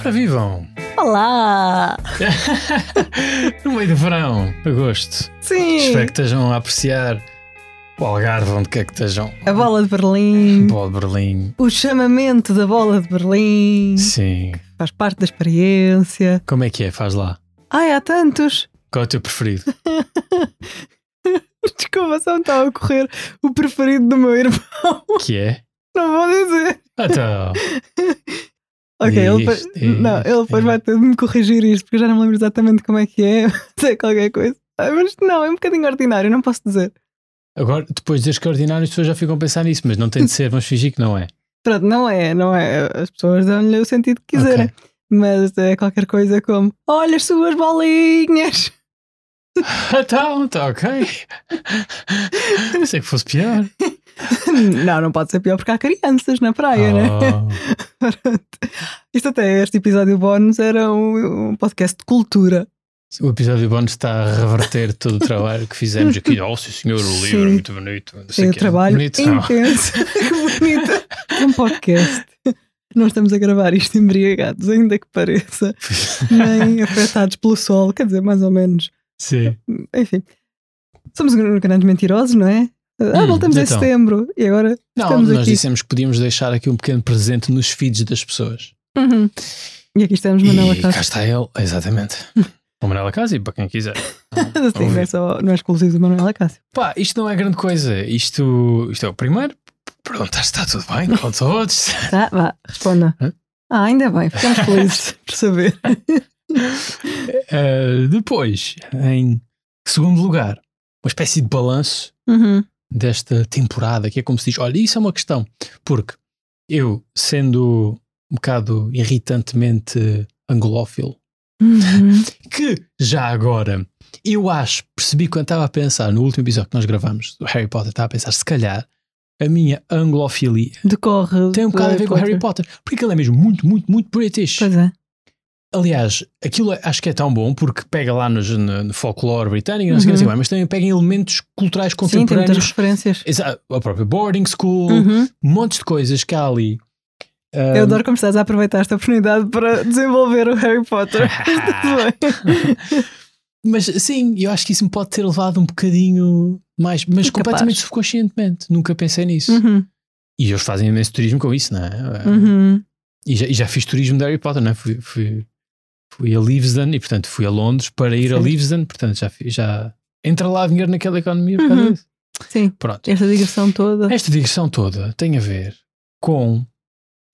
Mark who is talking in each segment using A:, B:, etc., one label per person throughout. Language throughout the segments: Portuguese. A: Ora vivam!
B: Olá!
A: No meio do verão, agosto. Espero
B: Sim!
A: que estejam a apreciar o Algarve, onde quer que estejam.
B: A bola de Berlim,
A: Bola de Berlim.
B: o chamamento da bola de Berlim,
A: Sim.
B: faz parte da experiência.
A: Como é que é? Faz lá.
B: Ai, há tantos!
A: Qual é o teu preferido?
B: Desculpa, só me está a ocorrer o preferido do meu irmão.
A: Que é?
B: Não vou dizer.
A: Então,
B: Ok, ele depois,
A: Diz, diz,
B: não, ele depois
A: diz.
B: vai ter de me corrigir isto, porque eu já não me lembro exatamente como é que é, sei qualquer coisa. Ah, Mas não, é um bocadinho ordinário, não posso dizer.
A: agora, depois de dizeres que é ordinário, as pessoas já ficam a pensar nisso, mas não tem de ser, vamos fingir que não é.
B: Pronto, não é, não é. As pessoas dão-lhe o sentido que quiserem.
A: Ok.
B: Mas é qualquer coisa como: olha as suas bolinhas!
A: Então, está ok. Pensei que fosse pior.
B: não, não pode ser pior porque há crianças na praia, né?
A: Oh,
B: Pronto. Isto até, este episódio bónus era um, um podcast de cultura.
A: Oh. O episódio bónus está a reverter todo o trabalho que fizemos aqui. Oh, sim, senhor, o livro é
B: Sim.
A: muito bonito. não sei
B: é
A: o
B: o
A: quê.
B: trabalho
A: Bonito, Ah. não.
B: intenso. que bonito. Um podcast. Nós estamos a gravar isto embriagados, ainda que pareça, nem afetados pelo sol, quer dizer, mais ou menos.
A: Sim.
B: Enfim, somos grandes mentirosos, não é? Ah,
A: Hum,
B: voltamos em
A: então.
B: setembro e agora
A: Não,
B: estamos
A: nós
B: aqui.
A: dissemos que podíamos deixar aqui um pequeno presente nos feeds das pessoas.
B: Uhum. E aqui estamos, Manuela
A: e cá
B: Costa.
A: está ele, exatamente. O Manela Cássio, para quem quiser.
B: Assim, não, é só, não é exclusivo do Manuela Cássio.
A: Pá, isto não é grande coisa. Isto, isto é o primeiro. Perguntar se está tudo bem com todos.
B: Tá, vá, responda.
A: Hã?
B: Ah, ainda bem, ficamos felizes por saber.
A: Eh, depois, em segundo lugar, uma espécie de balanço
B: Uhum.
A: desta temporada, que é como se diz, olha, isso é uma questão, porque eu, sendo um bocado irritantemente angolófilo,
B: Uhum.
A: que já agora eu acho, percebi quando estava a pensar no último episódio que nós gravamos do Harry Potter, estava a pensar, se calhar a minha anglofilia
B: Decorre.
A: tem um
B: do
A: bocado a ver com o Harry Potter, porque ele é mesmo muito, muito, muito british.
B: é Pois é.
A: Aliás, aquilo é- acho que é tão bom porque pega lá nos- no, no folclore britânico, não sei o que, não sei o que mais, mas também pega em elementos culturais
B: Uhum. Sim, tem muitas
A: contemporâneos. um,
B: referências.
A: Exato, a própria boarding school,
B: Uhum.
A: montes de coisas que há ali.
B: Eu adoro como estás a aproveitar esta oportunidade para desenvolver o Harry Potter. Tudo bem.
A: Mas sim, eu acho que isso me pode ter levado um bocadinho mais, mas
B: Capaz.
A: completamente subconscientemente. Nunca pensei nisso.
B: Uhum.
A: E eles fazem imenso turismo com isso, não é?
B: Uhum.
A: E, já, e já fiz turismo de Harry Potter, não é? Fui, fui, fui a Leavesden e, portanto, fui a Londres para ir a
B: Sim.
A: Leavesden. Portanto, já, fi- já entra lá dinheiro naquela economia. por causa
B: Uhum.
A: disso.
B: Sim,
A: Pronto.
B: esta digressão toda.
A: Esta digressão toda tem a ver com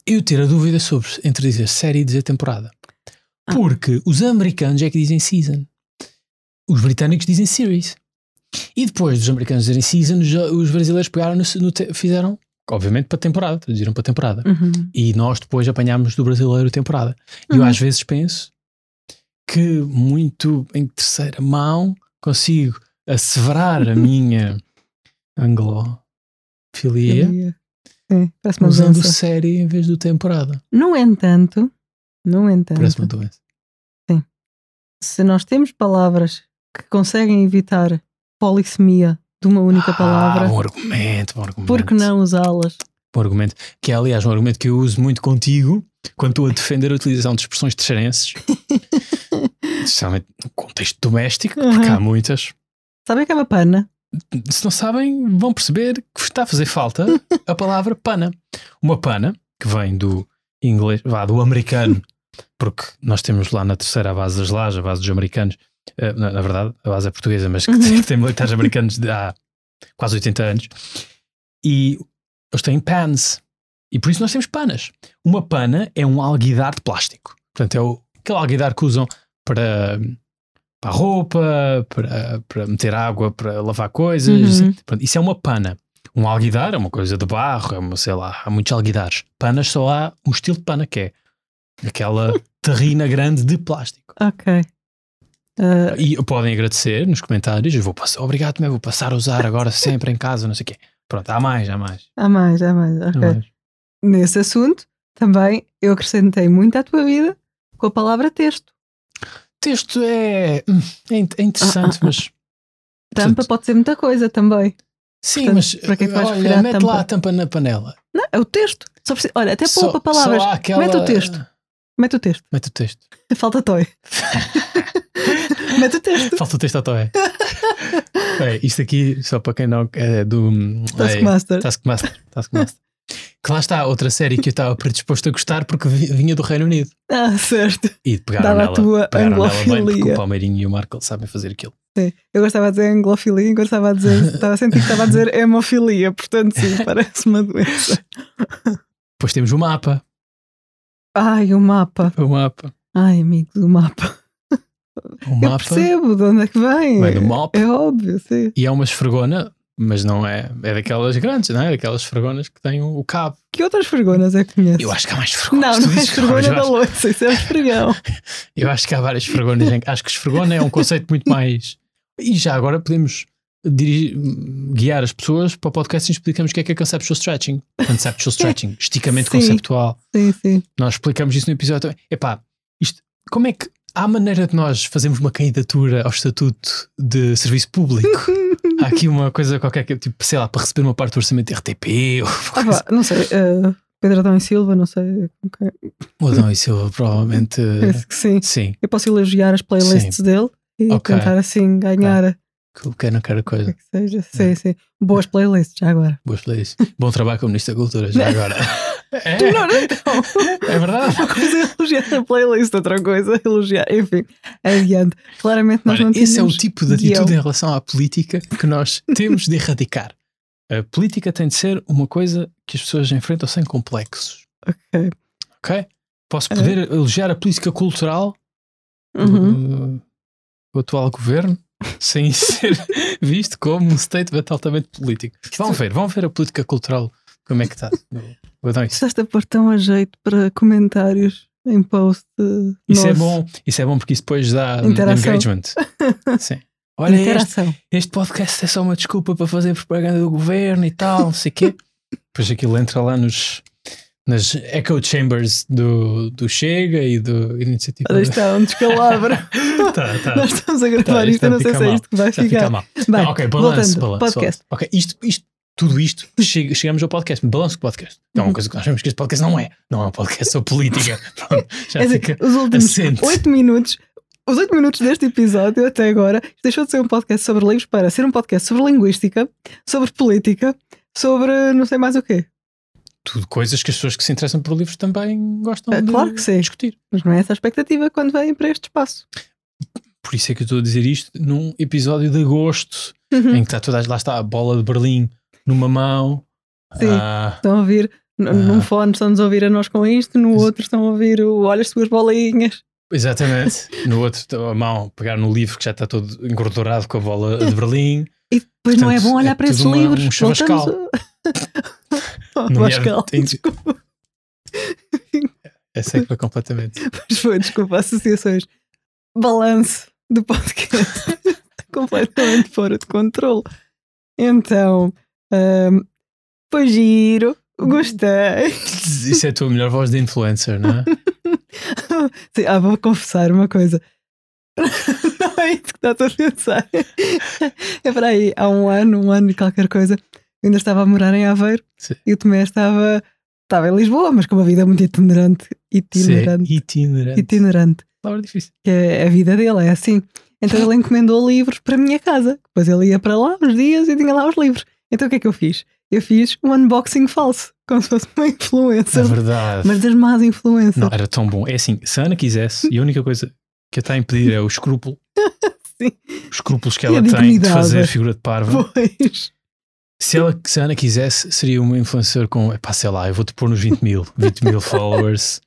A: eu ter a dúvida sobre entre dizer série e dizer temporada.
B: Ah.
A: Porque os americanos é que dizem season. Os britânicos dizem series. E depois dos americanos dizerem season, já- os brasileiros pegaram no, no te- fizeram, obviamente, para temporada, traduziram para temporada.
B: Uhum.
A: E nós depois apanhámos do brasileiro temporada. E eu
B: Uhum.
A: às vezes penso que muito em terceira mão consigo asseverar a minha anglofilia
B: Uhum. Sim, parece uma
A: usando
B: doença.
A: um série em vez do temporada.
B: No entanto, no entanto,
A: Parece uma doença.
B: se nós temos palavras que conseguem evitar polissemia de uma única
A: Ah,
B: palavra,
A: bom argumento, bom argumento.
B: por que não usá-las?
A: Bom argumento. Que é, aliás, um argumento que eu uso muito contigo quando estou a defender a utilização de expressões terceirenses, especialmente no contexto doméstico, porque
B: Uhum.
A: há muitas.
B: Sabem que é uma pana?
A: se não sabem, vão perceber que está a fazer falta a palavra pana. Uma pana, que vem do inglês, vá, do americano, porque nós temos lá na terceira a base das lajes, a base dos americanos, eh, na, na verdade, a base é portuguesa, mas que tem, tem militares americanos de há quase 80 anos, e eles têm pans, e por isso nós temos panas. Uma pana é um alguidar de plástico, portanto, é o, aquele alguidar que usam para para a roupa, para, para meter água, para lavar coisas.
B: Uhum.
A: Pronto, isso é uma pana. Um alguidar é uma coisa de barro, é uma, sei lá, há muitos alguidares. Panas só há um estilo de pana que é aquela terrina grande de plástico.
B: Ok. Ah,
A: E podem agradecer nos comentários. Eu vou passar, obrigado, meu, vou passar a usar agora sempre em casa, não sei o quê. Pronto, há mais, há mais.
B: há mais, há mais.
A: Há
B: Ok.
A: mais.
B: Nesse assunto, também eu acrescentei muito à tua vida com a palavra texto.
A: Texto é, hum, é in- é interessante,
B: Ah, ah, ah.
A: mas.
B: Tampa
A: Portanto,
B: pode ser muita coisa também.
A: Sim,
B: portanto,
A: mas.
B: para que é que vais referir
A: olha,
B: à
A: mete
B: tampa?
A: lá a tampa na panela.
B: É o texto. Só precisa- Olha, até
A: Só-
B: poupa
A: só
B: palavras.
A: há aquela-
B: Mete o texto. Mete o texto.
A: Mete o texto.
B: Falta toy. Mete o texto.
A: Falta o texto à toé. Bem, isto aqui, só para quem não. É do. É,
B: Taskmaster.
A: Taskmaster. Taskmaster. Que lá está outra série que eu estava predisposto a gostar porque vi- vinha do Reino Unido.
B: Ah, certo.
A: E pegaram
B: Dava a
A: nela,
B: tua
A: pegaram nela bem porque
B: anglofilia.
A: o Palmeirinho e o Marco sabem fazer aquilo.
B: Sim. Eu gostava de dizer anglofilia, enquanto estava a dizer, estava a sentir que estava a dizer hemofilia, portanto, sim, parece uma doença.
A: Depois temos o mapa.
B: Ai, o mapa.
A: O mapa.
B: Ai, amigos, o mapa.
A: O
B: Eu
A: mapa.
B: percebo de onde é que vem.
A: Vem do mop.
B: É óbvio, sim.
A: E é uma esfregona, mas não é. É daquelas grandes, não é? Daquelas esfregonas que têm o o cabo.
B: Que outras vergonhas é que conheces?
A: Eu acho que há mais esfregonas.
B: Não,
A: Tu
B: não é
A: dizes que há mais,
B: esfregona
A: eu
B: da
A: acho-
B: louça, isso é um esfregão.
A: Eu acho que há várias esfregonas. em- acho que esfregona é um conceito muito mais. E já agora podemos dirigir- guiar as pessoas para o podcast e explicamos o que é que é conceptual stretching. Conceptual stretching, esticamento
B: Sim.
A: conceptual.
B: Sim, sim.
A: Nós explicamos isso no episódio também. Epá, isto, como é que há maneira de nós fazermos uma candidatura ao estatuto de serviço público? Há aqui uma coisa qualquer que tipo, sei lá, para receber uma parte do orçamento RTP ou
B: Ah,
A: coisa.
B: pá, não sei. eh, Pedro Adão e Silva, não sei. com quem-
A: O Adão e Silva, provavelmente.
B: Penso que sim.
A: Sim,
B: Eu posso elogiar as playlists dele e
A: Ok.
B: tentar assim ganhar a-
A: coloquei na cara
B: o que
A: coisa.
B: é que seja. Sim, sim. Boas playlists, já agora.
A: Boas playlists. Bom trabalho como Ministro da Cultura, já agora. É,
B: Não, não, então.
A: é verdade.
B: Uma coisa é elogiar a playlist, outra coisa é elogiar. Enfim, adiante. Claramente nós
A: Olha,
B: não tínhamos.
A: esse é o tipo de atitude
B: guião.
A: em relação à política que nós temos de erradicar. A política tem de ser uma coisa que as pessoas enfrentam sem complexos.
B: Ok. Ah.
A: Ok? Posso poder elogiar a política cultural
B: Uhum.
A: do, do atual governo sem ser visto como um statement altamente político. Vão ver, vão ver a política cultural como é que está. Vou dar isso.
B: Estás-te a pôr tão a jeito para comentários em post. eh,
A: Isso é
B: nosso.
A: bom, isso é bom porque isso depois dá
B: Interação.
A: engagement. Sim. Olha, este
B: Interação.
A: este podcast é só uma desculpa para fazer propaganda do governo e tal, não sei o quê. Depois aquilo entra lá nos nas echo chambers do, do Chega e do e da iniciativa.
B: Olha, está um descalabro. é-
A: Tá, tá.
B: Nós estamos a gravar
A: Tá, isto
B: isto, eu não sei
A: fica
B: se é
A: mal.
B: isto que vai
A: Está a ficar
B: ficar.
A: mal.
B: Bem,
A: Ah, ok, balanço,
B: voltando,
A: balanço.
B: podcast.
A: balanço. Ok, isto, isto, tudo isto, chega- chegamos ao podcast, balanço do podcast. Então é
B: Uhum.
A: uma coisa que nós vemos que este podcast não é. Não é um podcast sobre política. Pronto, já
B: É assim,
A: fica.
B: os últimos
A: assente.
B: 8 minutos, os 8 minutos deste episódio até agora, deixou de ser um podcast sobre livros para ser um podcast sobre linguística, sobre política, sobre não sei mais o quê.
A: Tudo coisas que as pessoas que se interessam por livros também gostam
B: Ah,
A: de
B: claro que sim.
A: discutir.
B: Mas não é essa a expectativa quando vêm para este espaço.
A: Por isso é que eu estou a dizer isto num episódio de agosto.
B: Uhum.
A: em que está toda, lá está a bola de Berlim numa mão.
B: Sim.
A: Ah,
B: Estão a ouvir, n-
A: Ah.
B: num fone estão-nos a ouvir a nós com isto, no
A: Ex-
B: outro estão a ouvir o Olha as tuas bolinhas.
A: exatamente. No outro, a mão, pegar no livro que já está todo engordurado com a bola de Berlim.
B: E depois não é
A: Portanto,
B: bom olhar
A: é
B: para
A: tudo
B: esses
A: uma- um
B: livros.
A: chavascal.
B: a- ao
A: Não era-
B: Pascal,
A: tem-
B: desculpa,
A: Essa é que foi completamente.
B: mas foi, desculpa, associações. Balanço do podcast completamente fora de controle. Então, ahm, foi giro, gostei.
A: Isso é a tua melhor voz de influencer, não é?
B: Sim, ah, vou confessar uma coisa. Não é isso que estás a pensar. É para aí, há um ano, um ano e qualquer coisa, eu ainda estava a morar em Aveiro
A: Sim.
B: e o Tomé estava, estava em Lisboa, mas com uma vida muito itinerante. Itinerante.
A: Sim, é itinerante.
B: Itinerante.
A: Palavra difícil.
B: Que é a vida dele, é assim. Então ele encomendou livros para a minha casa. Depois ele ia para lá uns dias e tinha lá os livros. Então o que é que eu fiz? Eu fiz um unboxing falso, como se fosse uma
A: É
B: influencer.
A: verdade.
B: Mas das más influencers.
A: Não, era tão bom. É assim, se a Ana quisesse, e a única coisa que a está a impedir é o escrúpulo.
B: Sim.
A: Os escrúpulos que
B: E a
A: ela tem de
B: dignidade.
A: fazer figura de
B: é
A: parva.
B: Pois.
A: Se, ela, se a Ana quisesse, seria uma influencer com, epá, sei lá, eu vou-te pôr nos 20 mil, 20 mil followers,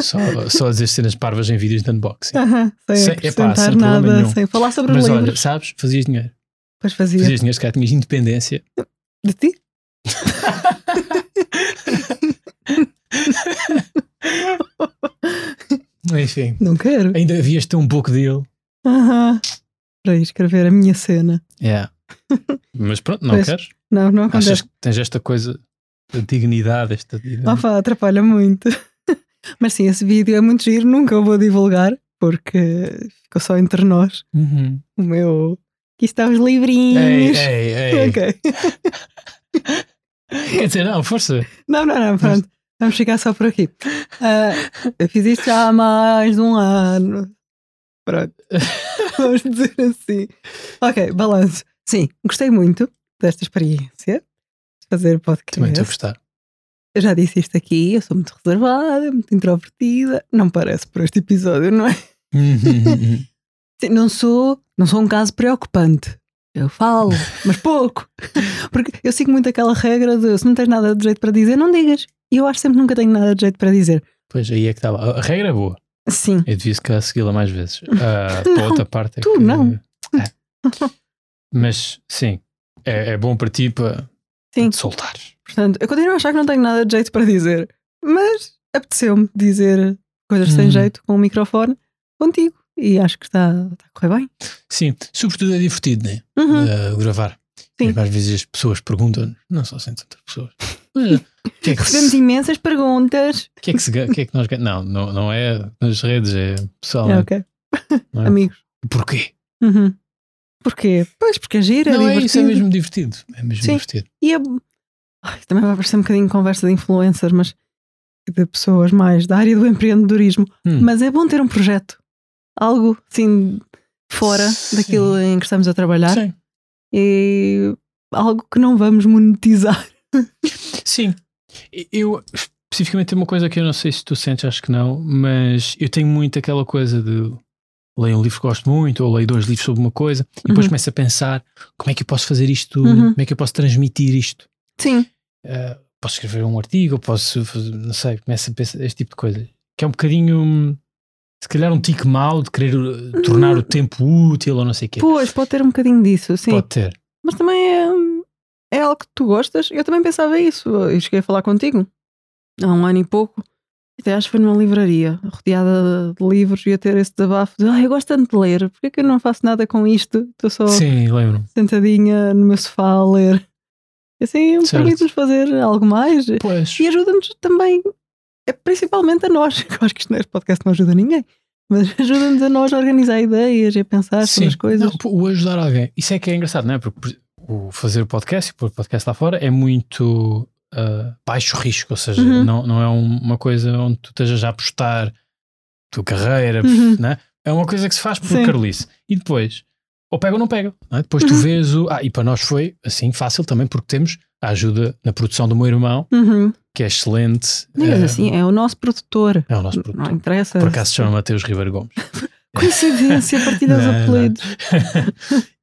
A: só, só a dizer cenas parvas em vídeos de unboxing.
B: Aham, sem,
A: Sem- epá, sem
B: acrescentar
A: problema
B: nada,
A: nenhum.
B: sem falar sobre
A: Mas
B: o
A: olha,
B: livro.
A: sabes, fazias dinheiro.
B: Pois fazia.
A: Fazias dinheiro, se calhar tinhas independência.
B: De ti?
A: Enfim,
B: Não quero.
A: ainda havias ter um book deal.
B: Aham. Para aí escrever a minha cena.
A: Yeah. Mas pronto, não
B: Pois,
A: queres?
B: Não, não acontece.
A: Achas que tens esta coisa de dignidade, esta dignidade.
B: Opa, atrapalha muito. Mas sim, esse vídeo é muito giro, nunca o vou divulgar, porque ficou só entre nós.
A: Uhum.
B: O meu. Aqui está os
A: Ei,
B: livrinhos.
A: ei, ei.
B: Ok.
A: Quer dizer, não, força.
B: Não, não, não, pronto. Vamos ficar só por aqui. Ah, eu fiz isto já há mais de um ano. Pronto. Vamos dizer assim. Ok, balanço. Sim, gostei muito desta experiência. de Fazer podcast.
A: Também estou a gostar.
B: Eu já disse isto aqui, eu sou muito reservada, muito introvertida. Não parece por este episódio, não é? Sim, Não sou, não sou um caso preocupante. Eu falo, mas pouco. Porque eu sigo muito aquela regra de se não tens nada de jeito para dizer, não digas. E eu acho sempre que nunca tenho nada de jeito para dizer.
A: pois aí é que estava. A regra é boa.
B: Sim,
A: Eu devia se calhar segui-la mais vezes. Ah,
B: Não,
A: a outra parte é
B: tu
A: que-
B: não.
A: É. Mas sim, é, é bom para ti para
B: sim.
A: para te soltares.
B: Portanto, eu continuo a achar que não tenho nada de jeito para dizer. Mas apeteceu-me dizer coisas sem
A: Uhum.
B: jeito com o microfone contigo. E acho que está, está a correr bem.
A: Sim, sobretudo é divertido, né?
B: Uhum.
A: Ah, gravar.
B: Sim.
A: Mas às vezes as pessoas perguntam, não só sem tantas pessoas. Mas, o que é que se-
B: Recebemos imensas perguntas.
A: O que é que, se ganha- o que é que nós ganhamos? Não, não, não é nas redes, é pessoal.
B: É,
A: né?
B: ok.
A: Não é?
B: Amigos.
A: Porquê?
B: Uhum. Porquê? Pois, porque é gira,
A: não
B: é
A: é isso, é
B: divertido.
A: mesmo divertido. É mesmo
B: Sim.
A: divertido.
B: E é... Ai, isso também vai parecer um bocadinho conversa de influencers, mas de pessoas mais da área do empreendedorismo.
A: Hum.
B: Mas é bom ter um projeto. Algo, assim, fora
A: Sim.
B: daquilo em que estamos a trabalhar.
A: Sim.
B: E algo que não vamos monetizar.
A: Sim. Eu, especificamente, tem uma coisa que eu não sei se tu sentes, acho que não, mas eu tenho muito aquela coisa de leio um livro que gosto muito, ou leio dois livros sobre uma coisa, e depois é
B: Uhum.
A: começo a pensar como é que eu posso fazer isto,
B: Uhum.
A: como é que eu posso transmitir isto.
B: Sim.
A: Eh, posso escrever um artigo, posso fazer, não sei, começo a pensar este tipo de coisa. Que é um bocadinho, hum, se calhar, um tique mau de querer eh, tornar
B: Uhum.
A: o tempo útil ou não sei o quê.
B: Pois, pode ter um bocadinho disso, sim.
A: Pode ter.
B: Mas também é, é algo que tu gostas. Eu também pensava isso. Eu cheguei a falar contigo há um ano e pouco. Até acho que foi numa livraria, rodeada de livros, ia ter esse desabafo de ah, eu gosto tanto de ler, porque é que eu não faço nada com isto? Estou só
A: Sim, lembro-me.
B: sentadinha no meu sofá a ler. E assim
A: Certo.
B: permite-nos fazer algo mais e
A: Pois.
B: ajuda-nos também, é principalmente a nós. Eu acho que isto neste podcast não ajuda ninguém, mas ajuda-nos a nós a organizar ideias e a pensar sobre as coisas.
A: Não, pô, o ajudar alguém. Isso é que é engraçado, não é? Porque por exemplo, o fazer o podcast e pôr o podcast lá fora é muito ah, baixo risco, ou seja,
B: Uhum.
A: não, não é um- uma coisa onde tu estejas já a apostar a tua carreira,
B: Uhum.
A: né? é uma coisa que se faz por
B: Sim.
A: Carolice. E depois, ou pega ou não pega. não é? Depois tu
B: Uhum.
A: vês o. Ah, e para nós foi assim fácil também, porque temos a ajuda na produção do meu irmão,
B: Uhum.
A: que é excelente.
B: Digas
A: eh,
B: assim, é o nosso produtor.
A: É o nosso
B: Não
A: produtor.
B: interessa.
A: Por acaso se chama Mateus Ribeiro Gomes.
B: Coincidência, partida aos
A: Não, não.
B: apelidos.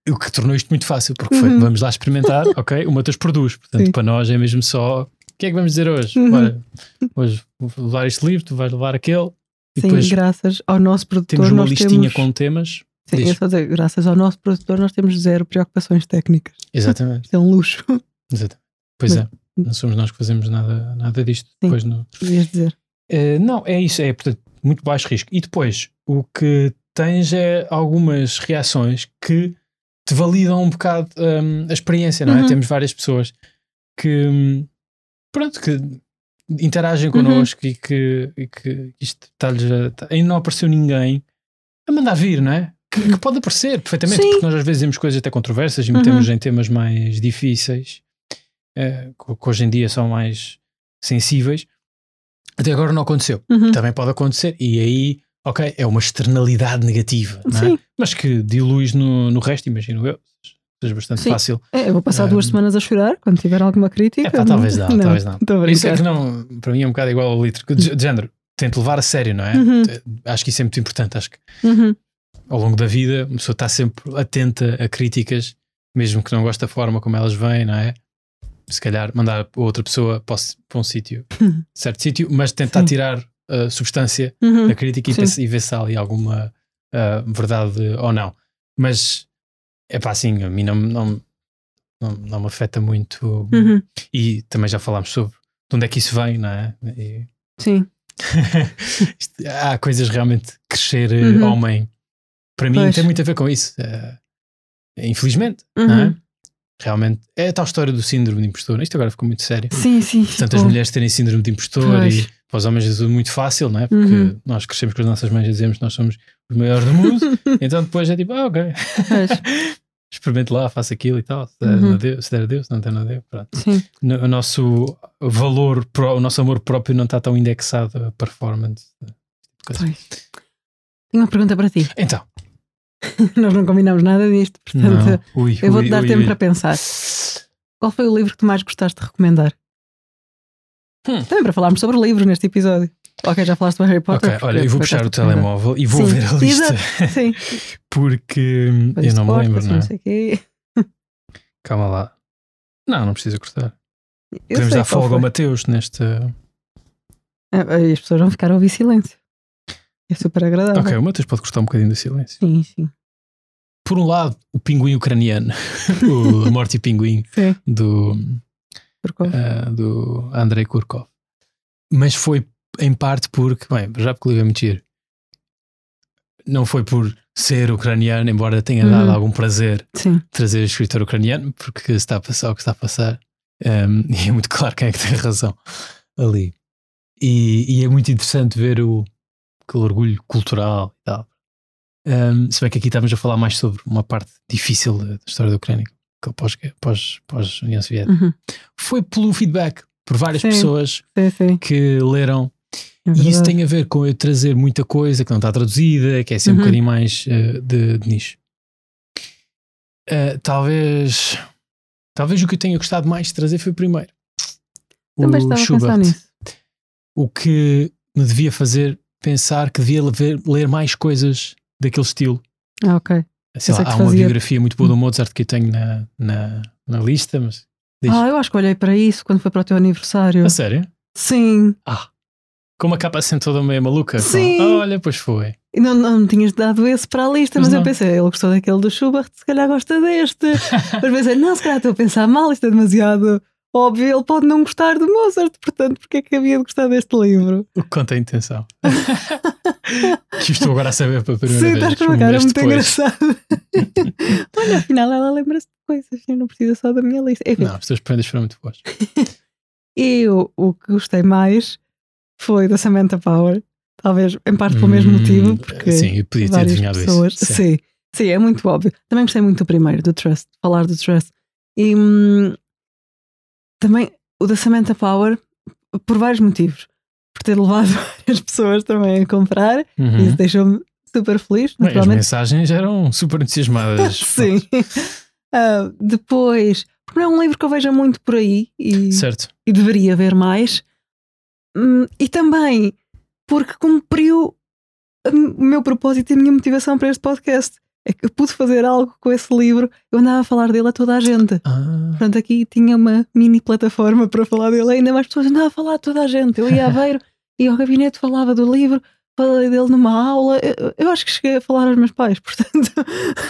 A: o que tornou isto muito fácil, porque foi,
B: Uhum.
A: vamos lá experimentar, ok? O Matheus produz, portanto,
B: Sim.
A: para nós é mesmo só o que é que vamos dizer hoje?
B: Uhum.
A: Olha, hoje vou levar este livro, tu vais levar aquele, e
B: Sim,
A: depois
B: graças ao nosso produtor.
A: temos uma
B: nós
A: listinha
B: temos,
A: com temas.
B: Sim,
A: diz.
B: eu só dizer, graças ao nosso produtor, nós temos zero preocupações técnicas.
A: Exatamente,
B: Isto é um luxo,
A: exatamente. Pois
B: Mas-
A: é, não somos nós que fazemos nada, nada disto.
B: Sim.
A: Depois no...
B: devias dizer.
A: Eh, não, é isso, é portanto muito baixo risco. E depois o que tens é algumas reações que te validam um bocado hum, a experiência, não é?
B: Uhum.
A: Temos várias pessoas que hum, pronto, que
B: Uhum.
A: interagem connosco e que, e que isto está-lhes a- tá- ainda não apareceu ninguém a mandar vir, não é? Que, que pode aparecer perfeitamente,
B: Sim.
A: porque nós às vezes dizemos coisas até controversas e metemos
B: Uhum.
A: em temas mais difíceis, eh, que que hoje em dia são mais sensíveis. Até agora não aconteceu.
B: Uhum.
A: Também pode acontecer. E aí, ok, é uma externalidade negativa, não é?
B: Sim,
A: mas que diluís no, no resto, imagino eu. Seja bastante
B: Sim.
A: fácil.
B: É, eu vou passar duas
A: Ah.
B: semanas a chorar quando tiver alguma crítica.
A: É pá, talvez não, talvez não.
B: Estou a
A: Isso é
B: brincar.
A: que não, para mim é um bocado igual ao litro. De, de género, tento levar a sério, não é?
B: Uhum.
A: Te- Acho que isso é muito importante. Acho que
B: Uhum.
A: ao longo da vida uma pessoa está sempre atenta a críticas, mesmo que não goste da forma como elas vêm, não é? Se calhar mandar a outra pessoa para, o si- para um sítio, certo sítio, mas tentar
B: Uhum. Sim.
A: tirar a substância
B: Uhum.
A: da crítica e,
B: Sim.
A: pensa- e ver se há ali alguma ah, verdade ou não. Mas é pá, assim, a mim não, não, não, não me afeta muito.
B: Uhum.
A: E também já falámos sobre de onde é que isso vem, não é? E-
B: Sim,
A: isto- há coisas realmente crescer eh,
B: Uhum.
A: homem. Para mim
B: Pois.
A: tem muito a ver com isso. eh, infelizmente, não é?
B: Uhum.
A: Realmente é a tal história do síndrome de impostor. Isto agora ficou muito sério.
B: sim, sim.
A: Tantas
B: Oh.
A: mulheres terem síndrome de impostor
B: Pois.
A: e para os homens é muito fácil, não é? Porque
B: Uhum.
A: nós crescemos com as nossas mães e dizemos que nós somos os maiores do mundo, então depois é tipo, ah, ok.
B: Pois.
A: experimente lá, faça aquilo e tal. Se der,
B: Uhum.
A: a Deus, se der a Deus, se não der a Deus. Pronto.
B: Sim.
A: No- O nosso valor, pró- o nosso amor próprio não está tão indexado a performance. eh, tipo
B: Pois. Tenho uma pergunta para ti.
A: assim. Então,
B: Nós não combinamos nada disto, portanto,
A: não. Ui,
B: eu vou-te
A: ui,
B: dar
A: ui,
B: tempo
A: ui.
B: para pensar. Qual foi o livro que tu mais gostaste de recomendar?
A: Hum.
B: Também para falarmos sobre livros neste episódio. Ok, já falaste do Harry Potter.
A: Ok, olha, eu vou puxar o telemóvel e vou
B: Sim,
A: ver a lista,
B: Sim, assim,
A: porque hum, eu não me lembro, não é? Calma lá. Não, não precisa cortar. Podemos dar folga ao Mateus neste.
B: Ah, E as pessoas vão ficar a ouvir silêncio. É super agradável.
A: Ok, o Matheus pode cortar um bocadinho do silêncio.
B: Sim, sim.
A: Por um lado, o pinguim ucraniano, o A Morte e Pinguim
B: Sim,
A: do,
B: porque
A: ah, do Andrei Kurkov. Mas foi em parte porque, bem, já porque o livro é muito giro. Não foi por ser ucraniano, embora tenha dado
B: Uhum.
A: algum prazer
B: sim.
A: trazer o escritor ucraniano, porque se está a passar o que está a passar, hum, e é muito claro quem é que tem razão ali. E, e é muito interessante ver o, aquele orgulho cultural e tal. Hum, se bem que aqui estávamos a falar mais sobre uma parte difícil da da história da Ucrânia, que é pós- pós- pós-União Soviética.
B: Uhum.
A: Foi pelo feedback, por várias
B: Sim.
A: pessoas
B: Sim, sim.
A: que leram
B: É
A: e isso
B: verdade.
A: tem a ver com eu trazer muita coisa que não está traduzida, que é ser um
B: Uhum.
A: bocadinho mais eh, de, de nicho. Eh, talvez. Talvez o que eu tenha gostado mais de trazer foi o primeiro.
B: Também estava a pensar nisso.
A: O que me devia fazer pensar que devia lever- ler mais coisas daquele estilo.
B: Ah, ok.
A: Sei lá,
B: Pensei que
A: há uma
B: fazia- Hum.
A: biografia muito boa do Mozart que eu tenho na, na, na lista, mas. Diz.
B: Ah, eu acho que olhei para isso quando foi para o teu aniversário.
A: A sério?
B: Sim.
A: Ah! Com uma capa assim toda meio maluca. com-
B: Sim.
A: Ah, olha, pois foi.
B: E Não, não me tinhas dado esse para a lista,
A: Mas
B: mas,
A: não.
B: eu pensei, ele gostou daquele do Schubert, se calhar gosta deste. mas pensei, não, se calhar estou a pensar mal, isto é demasiado óbvio, ele pode não gostar de Mozart, portanto, porque é que havia de gostar deste livro?
A: O que conta a intenção. que estou agora a saber pela primeira
B: Sim,
A: vez.
B: estás com uma
A: um
B: cara
A: mês
B: muito
A: depois.
B: engraçada. Olha, afinal ela lembra-se de coisas, eu não precisa só da minha lista. Enfim,
A: Não, as tuas prendas foram muito boas.
B: eu o que gostei mais foi da Samantha Power, talvez em parte pelo mesmo
A: Hum,
B: motivo, porque...
A: Sim, eu podia ter
B: várias
A: adivinhado
B: pessoas.
A: isso. Sim.
B: Sim. sim, é muito óbvio. Também gostei muito do primeiro, do Trust, falar do Trust. E hum, também o da Samantha Power, por vários motivos. Por ter levado várias pessoas também a comprar,
A: Uhum.
B: isso deixou-me super feliz,
A: Bem, as
B: naturalmente.
A: mensagens eram super entusiasmadas.
B: sim. Ah, depois, porque não é um livro que eu veja muito por aí e,
A: Certo.
B: e deveria ver mais. Hum, e também porque cumpriu hum, o meu propósito e a minha motivação para este podcast. É que eu pude fazer algo com esse livro, eu andava a falar dele a toda a gente.
A: Ah,
B: Portanto, aqui tinha uma mini plataforma para falar dele, ainda mais pessoas andavam a falar a toda a gente. Eu ia a Aveiro e ao gabinete falava do livro, falei dele numa aula. Eu, eu acho que cheguei a falar aos meus pais, portanto,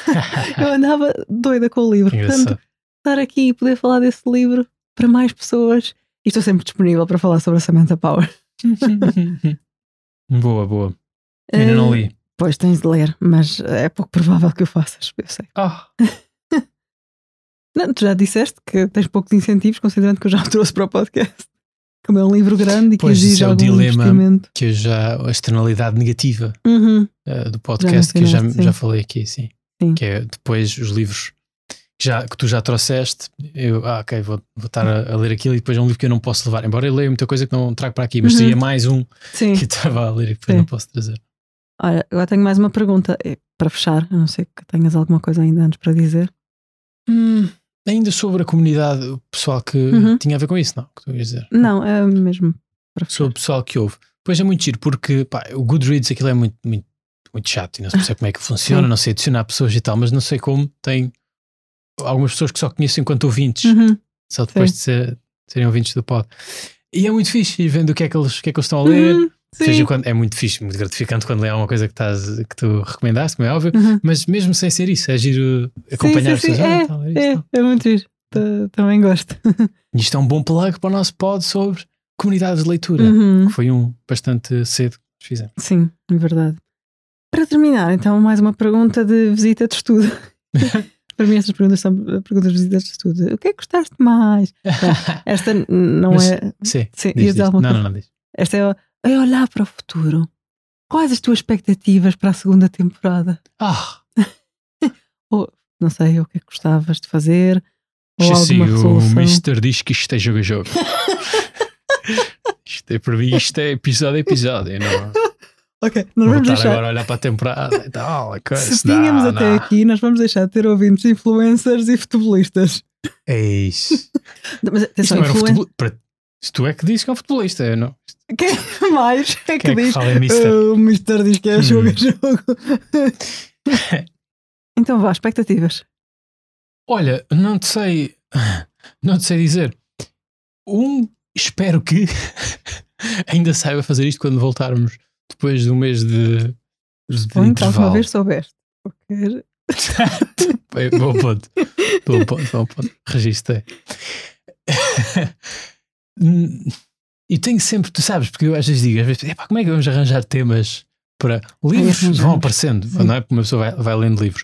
B: eu andava doida com o livro. Portanto,
A: engraçado.
B: estar aqui e poder falar desse livro para mais pessoas. E estou sempre disponível para falar sobre a Samantha Power.
A: boa, boa. Ainda não
B: Eh,
A: li.
B: Pois tens de ler, mas é pouco provável que o faças, eu sei.
A: Ah,
B: Não, tu já disseste que tens poucos incentivos, considerando que eu já o trouxe para o podcast. Como é um livro grande e que
A: Pois, isso
B: exige
A: é o
B: algum
A: dilema.
B: investimento.
A: que eu já. A externalidade negativa
B: Uhum.
A: eh, do podcast que eu já,
B: mencionaste,
A: já
B: sim.
A: falei aqui, sim.
B: Sim.
A: Que é depois os livros que, já, que tu já trouxeste, eu, ah, ok, vou, vou estar a, a ler aquilo e depois é um livro que eu não posso levar. Embora eu leia muita coisa que não trago para aqui, mas
B: Uhum.
A: seria mais um
B: Sim.
A: que eu estava a ler e depois
B: Sim.
A: não posso trazer.
B: Ora, agora tenho mais uma pergunta eh, para fechar, a não ser que tenhas alguma coisa ainda antes para dizer.
A: Ainda sobre a comunidade, o pessoal que
B: Hum. Uhum.
A: tinha a ver com isso, não? Que tu ias dizer.
B: Não, é mesmo para fechar.
A: Sobre o pessoal que ouve. Pois é muito giro, porque pá, o Goodreads aquilo é muito, muito, muito chato e não se percebe como é que funciona,
B: Sim.
A: não sei adicionar pessoas e tal, mas não sei como tem algumas pessoas que só conheço enquanto ouvintes.
B: Uhum.
A: só depois de, ser- de serem ouvintes do pod. E é muito fixe ir vendo o que é que eles, o que é que eles estão a ler.
B: Uhum,
A: Ou seja,
B: Sim.
A: quando- é muito fixe, muito gratificante quando lê alguma coisa que, estás, que tu recomendaste, como é óbvio.
B: Uhum.
A: Mas mesmo sem ser isso, é giro acompanhar
B: sim,
A: as pessoas.
B: sim,
A: Ah, está a ler isto, tal.
B: É, é muito giro. T- Também gosto.
A: E isto é um bom plug para o nosso pod sobre comunidades de leitura,
B: Uhum.
A: que foi um bastante cedo que fizemos.
B: Sim, é verdade. Para terminar, então, mais uma pergunta de visita de estudo. Para mim, estas perguntas são eh, perguntas de visita de estudo. O que é que gostaste mais? Bom, esta n- não
A: Mas-
B: é.
A: Sim,
B: Sim,
A: diz, diz.
B: ia dizer
A: Não,
B: alguma
A: não,
B: coisa.
A: não, diz.
B: Esta é, o- é olhar para o futuro. Quais as tuas expectativas para a segunda temporada?
A: Ah,
B: não sei o que é que gostavas de fazer, ou
A: Sim,
B: alguma
A: o
B: resolução.
A: é Mister diz que isto é jogo a jogo. isto é para mim, isto é episódio a episódio. Não, é?
B: Ok, nós
A: não vou
B: vamos
A: estar
B: deixar.
A: agora a olhar para a temporada e tal. é a coisa,
B: Se tínhamos
A: não,
B: até
A: não.
B: aqui, nós vamos deixar de ter ouvintes influencers e futebolistas.
A: É isso.
B: Mas
A: Isto
B: atenção,
A: não era um
B: influen-
A: futebol... para- Se tu é que dizes que é um futebolista, eu não.
B: Quem mais é que
A: Quem é que
B: diz?
A: fala em Mister?
B: "Ah, o Mister diz que é
A: Hum.
B: jogo a jogo. então vá, expectativas.
A: Olha, não te sei, não te sei dizer. Um, espero que ainda saiba fazer isto quando voltarmos depois do mês de, de
B: Põe que alguma
A: intervalo.
B: então, vez soubeste. Qualquer-
A: Bem, bom ponto, bom ponto, bom ponto. Registei. Hum, E tenho sempre, tu sabes, porque eu às vezes digo, às vezes, "Epá, como é que vamos arranjar temas para livros?
B: arranjamos.
A: vão aparecendo,
B: Sim.
A: não é? Porque uma pessoa vai, vai lendo livros.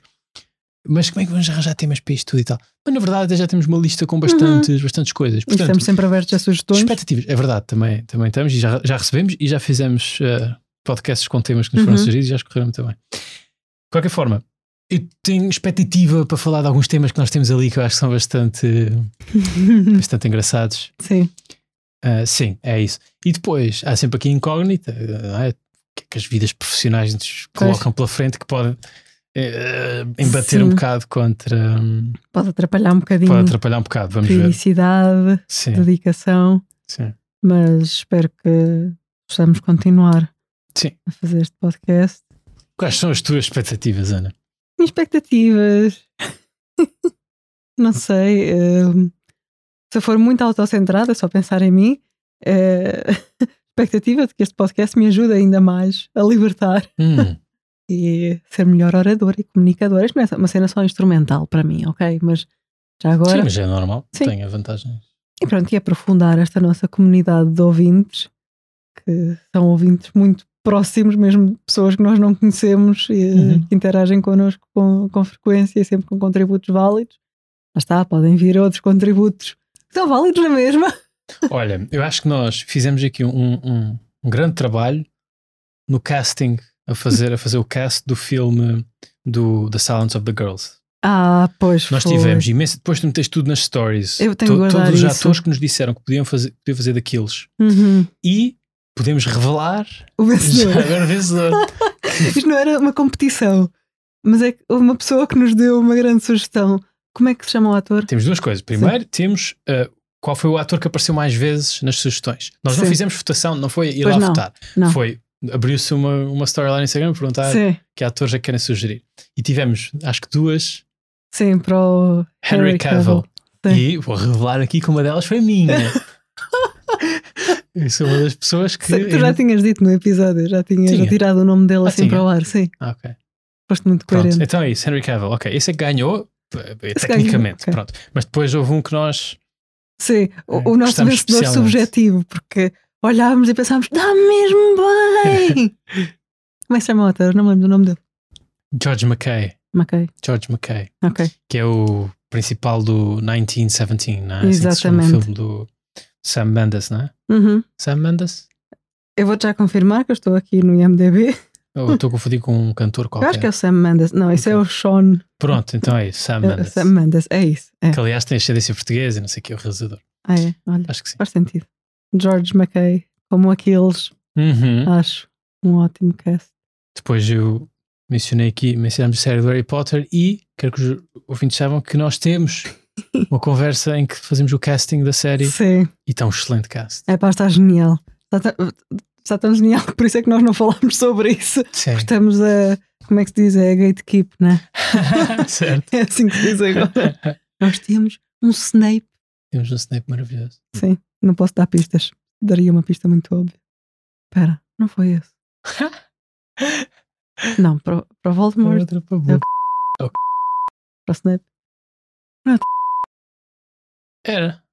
A: Mas como é que vamos arranjar temas para isto tudo e tal? Mas na verdade até já temos uma lista com bastantes, bastantes coisas.
B: E
A: Portanto,
B: estamos sempre abertos a sugestões.
A: expectativas, é verdade, também, também estamos e já, já recebemos e já fizemos eh, podcasts com temas que nos foram
B: Uhum.
A: sugeridos e já escorreram também. De qualquer forma, eu tenho expectativa para falar de alguns temas que nós temos ali que eu acho que são bastante, bastante engraçados.
B: Sim.
A: Ah, sim, é isso. E depois, há sempre aqui a incógnita, eh, não é? O que é que as vidas profissionais nos
B: Pois.
A: colocam pela frente que pode eh, embater um
B: Sim.
A: bocado contra. hum,
B: Pode atrapalhar um bocadinho.
A: pode atrapalhar um bocado, vamos ver.
B: Felicidade,
A: Sim,
B: dedicação,
A: sim.
B: mas espero que possamos continuar
A: Sim.
B: a fazer este podcast.
A: Quais são as tuas expectativas, Ana?
B: Minhas expectativas. Não sei. hum, se eu for muito autocentrada, é só pensar em mim. eh, expectativa de que este podcast me ajude ainda mais a libertar
A: Hum.
B: e ser melhor oradora e comunicadora. Isto não é uma cena só instrumental para mim, ok? Mas já agora.
A: Sim, mas é normal.
B: Sim.
A: Tem a vantagem.
B: E pronto, e aprofundar esta nossa comunidade de ouvintes, que são ouvintes muito próximos, mesmo de pessoas que nós não conhecemos e
A: Uhum.
B: que interagem connosco com, com frequência e sempre com contributos válidos. Lá está, podem vir outros contributos que são válidos na mesma.
A: Olha, eu acho que nós fizemos aqui um, um- um grande trabalho no casting, a fazer, a fazer o cast do filme do The Silence of the Girls.
B: Ah, pois
A: Nós
B: foi.
A: tivemos imenso. Depois tu meteste tudo nas stories.
B: Eu tenho que guardar
A: Todos os
B: isso.
A: atores que nos disseram que podiam fazer, podiam fazer daqueles.
B: Uhum.
A: E podemos revelar
B: O
A: já
B: vencedor.
A: agora o vencedor.
B: Isto não era uma competição, mas é que houve uma pessoa que nos deu uma grande sugestão. Como é que se chama o ator?
A: Temos duas coisas. Primeiro, temos ah, qual foi o ator que apareceu mais vezes nas sugestões. Nós não
B: Sim.
A: fizemos votação, não foi ir
B: Pois
A: lá
B: não,
A: votar.
B: não.
A: Foi. Abriu-se uma, uma story lá no Instagram e perguntar
B: Sim,
A: que atores é que querem sugerir. E tivemos, acho que duas,
B: sim, para o
A: Henry, Cavill.
B: Cavill, sim.
A: E vou revelar aqui que uma delas foi minha. Eu sou uma das pessoas que.
B: Sei, tu já tinhas dito no episódio, já tinhas
A: Tinha.
B: tirado o nome dele
A: Ah,
B: assim
A: tinha.
B: para o ar, sim.
A: Ah, ok.
B: Foste muito
A: Pronto,
B: coerente.
A: então é isso, Henry Cavill. Ok, esse é que ganhou, eh,
B: ganhou,
A: tecnicamente.
B: ok.
A: Pronto. Mas depois houve um que nós.
B: Sim, o, o
A: É,
B: nosso
A: gostamos
B: vencedor
A: especialmente.
B: subjetivo, porque olhávamos e pensámos, dá mesmo bem! Como é que se chama o ator? Não me lembro do nome dele.
A: George McKay.
B: Ok,
A: George McKay,
B: ok.
A: que é o principal do 1917, não é? Assim que se chama
B: Exatamente.
A: O filme do Sam Mendes, não é?
B: Uhum.
A: Sam Mendes?
B: Eu vou-te já confirmar que eu estou aqui no IMDB.
A: Ou estou a confundir com um cantor
B: Eu
A: qualquer?
B: acho que é o Sam Mendes. Não, esse é
A: Ok.
B: o Sean
A: Pronto, então é isso, Sam
B: é o
A: Mendes.
B: Sam Mendes. É isso. É.
A: Que aliás tem ascendência portuguesa e não sei o que, o realizador.
B: Ah, é. Olha,
A: Acho que sim.
B: faz sentido. George McKay, como aqueles,
A: Uhum.
B: acho um ótimo cast.
A: Depois eu mencionei aqui, mencionamos a série do Harry Potter e quero que os ouvintes saibam que nós temos uma conversa em que fazemos o casting da série
B: Sim.
A: e está um excelente cast.
B: É pá, está genial. Está, tão- está tão genial, por isso é que nós não falámos sobre isso.
A: Sim.
B: Estamos a. Como é que se diz? É a gatekeep, né?
A: certo.
B: É assim que se diz agora. nós temos um Snape.
A: Temos um Snape maravilhoso.
B: Sim, não posso dar pistas. Daria uma pista muito óbvia. Espera, não foi esse. não, para, o- para o Voldemort,
A: Outra para a boca.
B: para o Snape.
A: Era.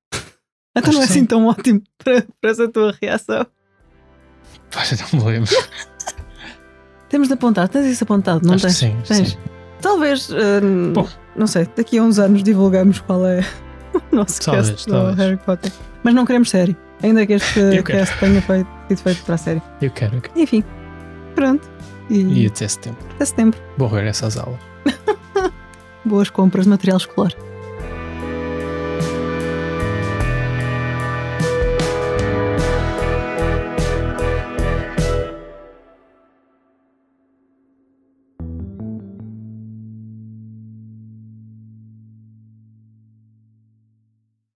B: Então não é
A: Acho que sim.
B: assim tão ótimo para, para essa tua reação.
A: Pá, já não me lembro.
B: Temos de apontar, tens isso apontado, não
A: Acho que
B: tens?
A: sim.
B: Tens.
A: sim.
B: Talvez, eh,
A: Bom.
B: não sei, daqui a uns anos divulgamos qual é o nosso
A: Talvez,
B: cast
A: talvez.
B: do Harry Potter. Mas não queremos série, ainda que este
A: Eu quero.
B: cast tenha feito, sido feito para a série.
A: Eu quero, eu quero.
B: Enfim, pronto.
A: E
B: E
A: até setembro.
B: até setembro.
A: Bom regresso às aulas.
B: boas compras de material escolar.